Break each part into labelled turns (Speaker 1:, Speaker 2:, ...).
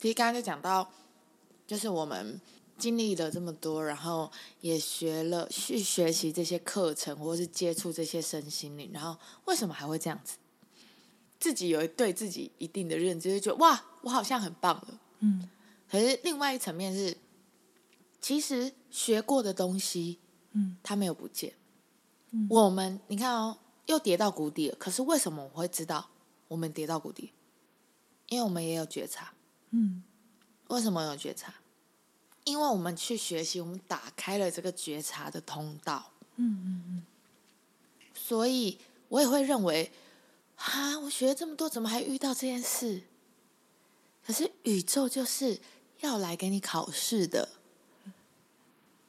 Speaker 1: 其实刚刚就讲到，就是我们经历了这么多，然后也学了去学习这些课程，或是接触这些身心灵，然后为什么还会这样子？自己有对自己一定的认知，就觉得哇，我好像很棒了。
Speaker 2: 嗯，
Speaker 1: 可是另外一层面是，其实学过的东西，
Speaker 2: 嗯，
Speaker 1: 它没有不见。我们你看哦，又跌到谷底了。可是为什么我会知道我们跌到谷底？因为我们也有觉察。
Speaker 2: 嗯
Speaker 1: 为什么有觉察？因为我们去学习，我们打开了这个觉察的通道。
Speaker 2: 嗯嗯
Speaker 1: 所以我也会认为，啊，我学了这么多，怎么还遇到这件事？可是宇宙就是要来给你考试的，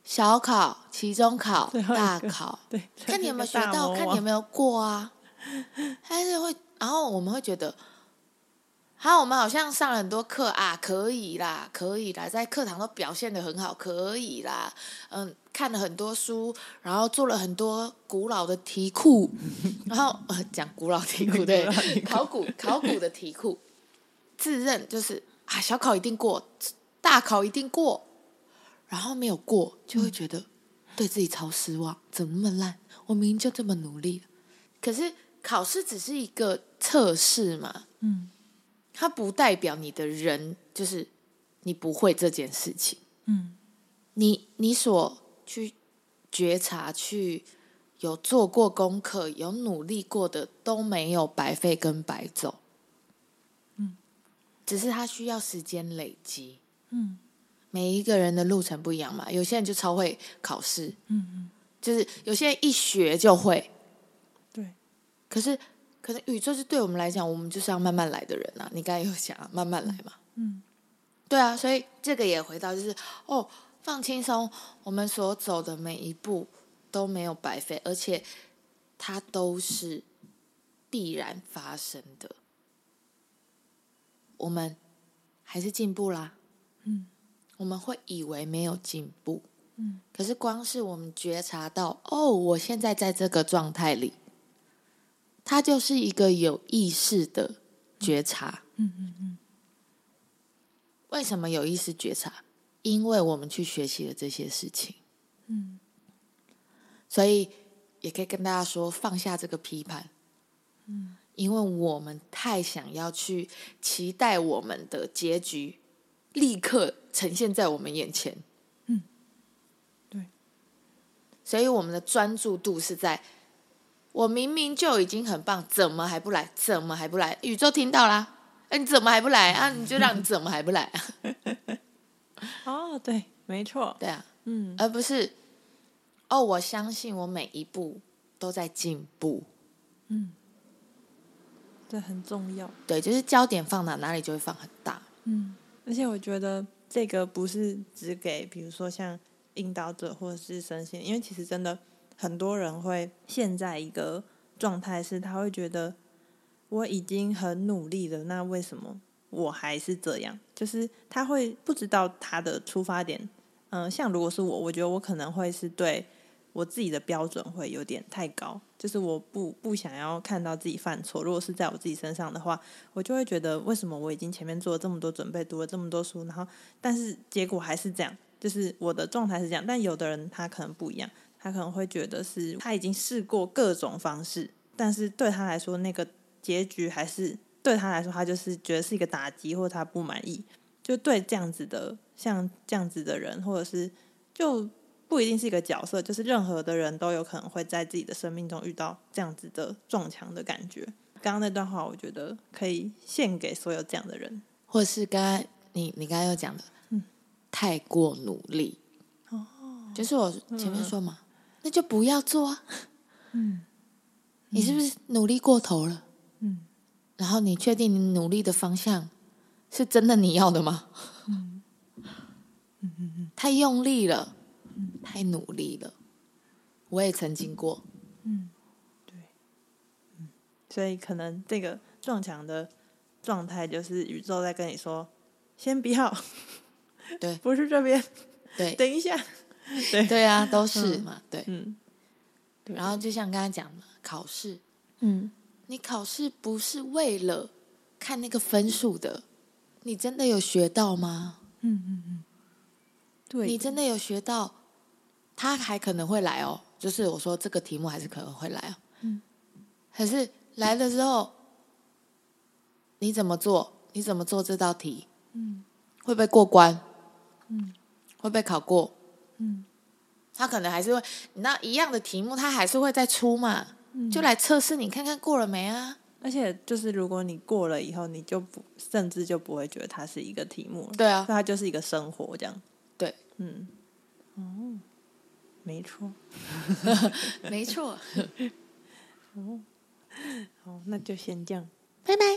Speaker 1: 小考、期中考、
Speaker 2: 最后一
Speaker 1: 大
Speaker 2: 个
Speaker 1: 考，
Speaker 2: 对
Speaker 1: 看你有没有学
Speaker 2: 大
Speaker 1: 到，
Speaker 2: 魔
Speaker 1: 看你
Speaker 2: 王
Speaker 1: 有没有过啊。 但是会，然后我们会觉得，好，我们好像上了很多课啊，可以啦，可以啦，在课堂都表现的很好，可以啦，嗯，看了很多书，然后做了很多古老的题 库，然后 呃，讲古老题库对
Speaker 2: 古老题，库
Speaker 1: 考古考古的题库，自认就是啊，小考一定过，大考一定过，然后没有过，就会觉得对自己超失望，怎么那么烂？我明明就这么努力了，可是考试只是一个测试嘛，
Speaker 2: 嗯
Speaker 1: 它不代表你的人就是你不会这件事情。
Speaker 2: 嗯
Speaker 1: 你你所去觉察、去有做过功课、有努力过的，都没有白费跟白走。
Speaker 2: 嗯，
Speaker 1: 只是它需要时间累积。
Speaker 2: 嗯
Speaker 1: 每一个人的路程不一样嘛，有些人就超会考试，
Speaker 2: 嗯嗯，
Speaker 1: 就是有些人一学就会。
Speaker 2: 对，
Speaker 1: 可是，可能宇宙是对我们来讲，我们就是要慢慢来的人啊。你刚才有讲、啊、慢慢来嘛，
Speaker 2: 嗯
Speaker 1: 对啊，所以这个也回到就是哦，放轻松，我们所走的每一步都没有白费，而且它都是必然发生的。我们还是进步啦，
Speaker 2: 嗯
Speaker 1: 我们会以为没有进步，
Speaker 2: 嗯
Speaker 1: 可是光是我们觉察到哦，我现在在这个状态里，它就是一个有意识的觉察。
Speaker 2: 嗯嗯嗯
Speaker 1: 为什么有意识觉察？因为我们去学习了这些事情，
Speaker 2: 嗯
Speaker 1: 所以也可以跟大家说，放下这个批判。嗯，因为我们太想要去期待我们的结局立刻呈现在我们眼前。
Speaker 2: 嗯，对，
Speaker 1: 所以我们的专注度是在我明明就已经很棒，怎么还不来？怎么还不来？宇宙听到啦，哎，你怎么还不来啊？你就让你怎么还不来 啊？
Speaker 2: 哦，对，没错，
Speaker 1: 对啊，
Speaker 2: 嗯
Speaker 1: 而不是哦，我相信我每一步都在进步。
Speaker 2: 嗯，这很重要。
Speaker 1: 对，就是焦点放哪，哪里就会放很大。
Speaker 2: 嗯，而且我觉得这个不是只给，比如说像引导者或者是身心，因为其实真的很多人会陷在一个状态，是他会觉得我已经很努力了，那为什么我还是这样？就是他会不知道他的出发点。嗯、像如果是我，我觉得我可能会是对我自己的标准会有点太高，就是我不不想要看到自己犯错。如果是在我自己身上的话，我就会觉得为什么我已经前面做了这么多准备，读了这么多书，然后但是结果还是这样，就是我的状态是这样。但有的人他可能不一样，他可能会觉得是他已经试过各种方式，但是对他来说那个结局还是对他来说，他就是觉得是一个打击，或者他不满意。就对这样子的像这样子的人，或者是就不一定是一个角色，就是任何的人都有可能会在自己的生命中遇到这样子的撞墙的感觉。刚刚那段话，我觉得可以献给所有这样的人。
Speaker 1: 或是刚刚你你刚刚又讲的，
Speaker 2: 嗯
Speaker 1: 太过努力，哦，就是我前面说嘛，那就不要做啊。
Speaker 2: 嗯
Speaker 1: 你是不是努力过头了？
Speaker 2: 嗯
Speaker 1: 然后你确定你努力的方向是真的你要的吗？
Speaker 2: 嗯
Speaker 1: 太用力了，太努力了。我也曾经过，
Speaker 2: 嗯，对，嗯，所以可能这个撞墙的状态，就是宇宙在跟你说：“先不要，
Speaker 1: 对
Speaker 2: 不是这边，
Speaker 1: 对
Speaker 2: 等一下。”
Speaker 1: 对啊，都是嘛，对。
Speaker 2: 嗯
Speaker 1: 然后就像刚才讲嘛，考试，
Speaker 2: 嗯
Speaker 1: 你考试不是为了看那个分数的，你真的有学到吗？
Speaker 2: 嗯嗯嗯，对，
Speaker 1: 你真的有学到？他还可能会来哦，就是我说这个题目还是可能会来哦。
Speaker 2: 嗯，
Speaker 1: 可是来了之后，你怎么做？你怎么做这道题？
Speaker 2: 嗯
Speaker 1: 会不会过关？
Speaker 2: 嗯
Speaker 1: 会不会考过？
Speaker 2: 嗯
Speaker 1: 他可能还是会，那一样的题目，他还是会再出嘛，
Speaker 2: 嗯，
Speaker 1: 就来测试你看看过了没啊？
Speaker 2: 而且就是如果你过了以后，你就不甚至就不会觉得它是一个题目了，
Speaker 1: 对啊，
Speaker 2: 它就是一个生活这样。
Speaker 1: 对，
Speaker 2: 嗯，哦，没错。
Speaker 1: 没错。
Speaker 2: 哦好，那就先这样。
Speaker 1: 拜拜。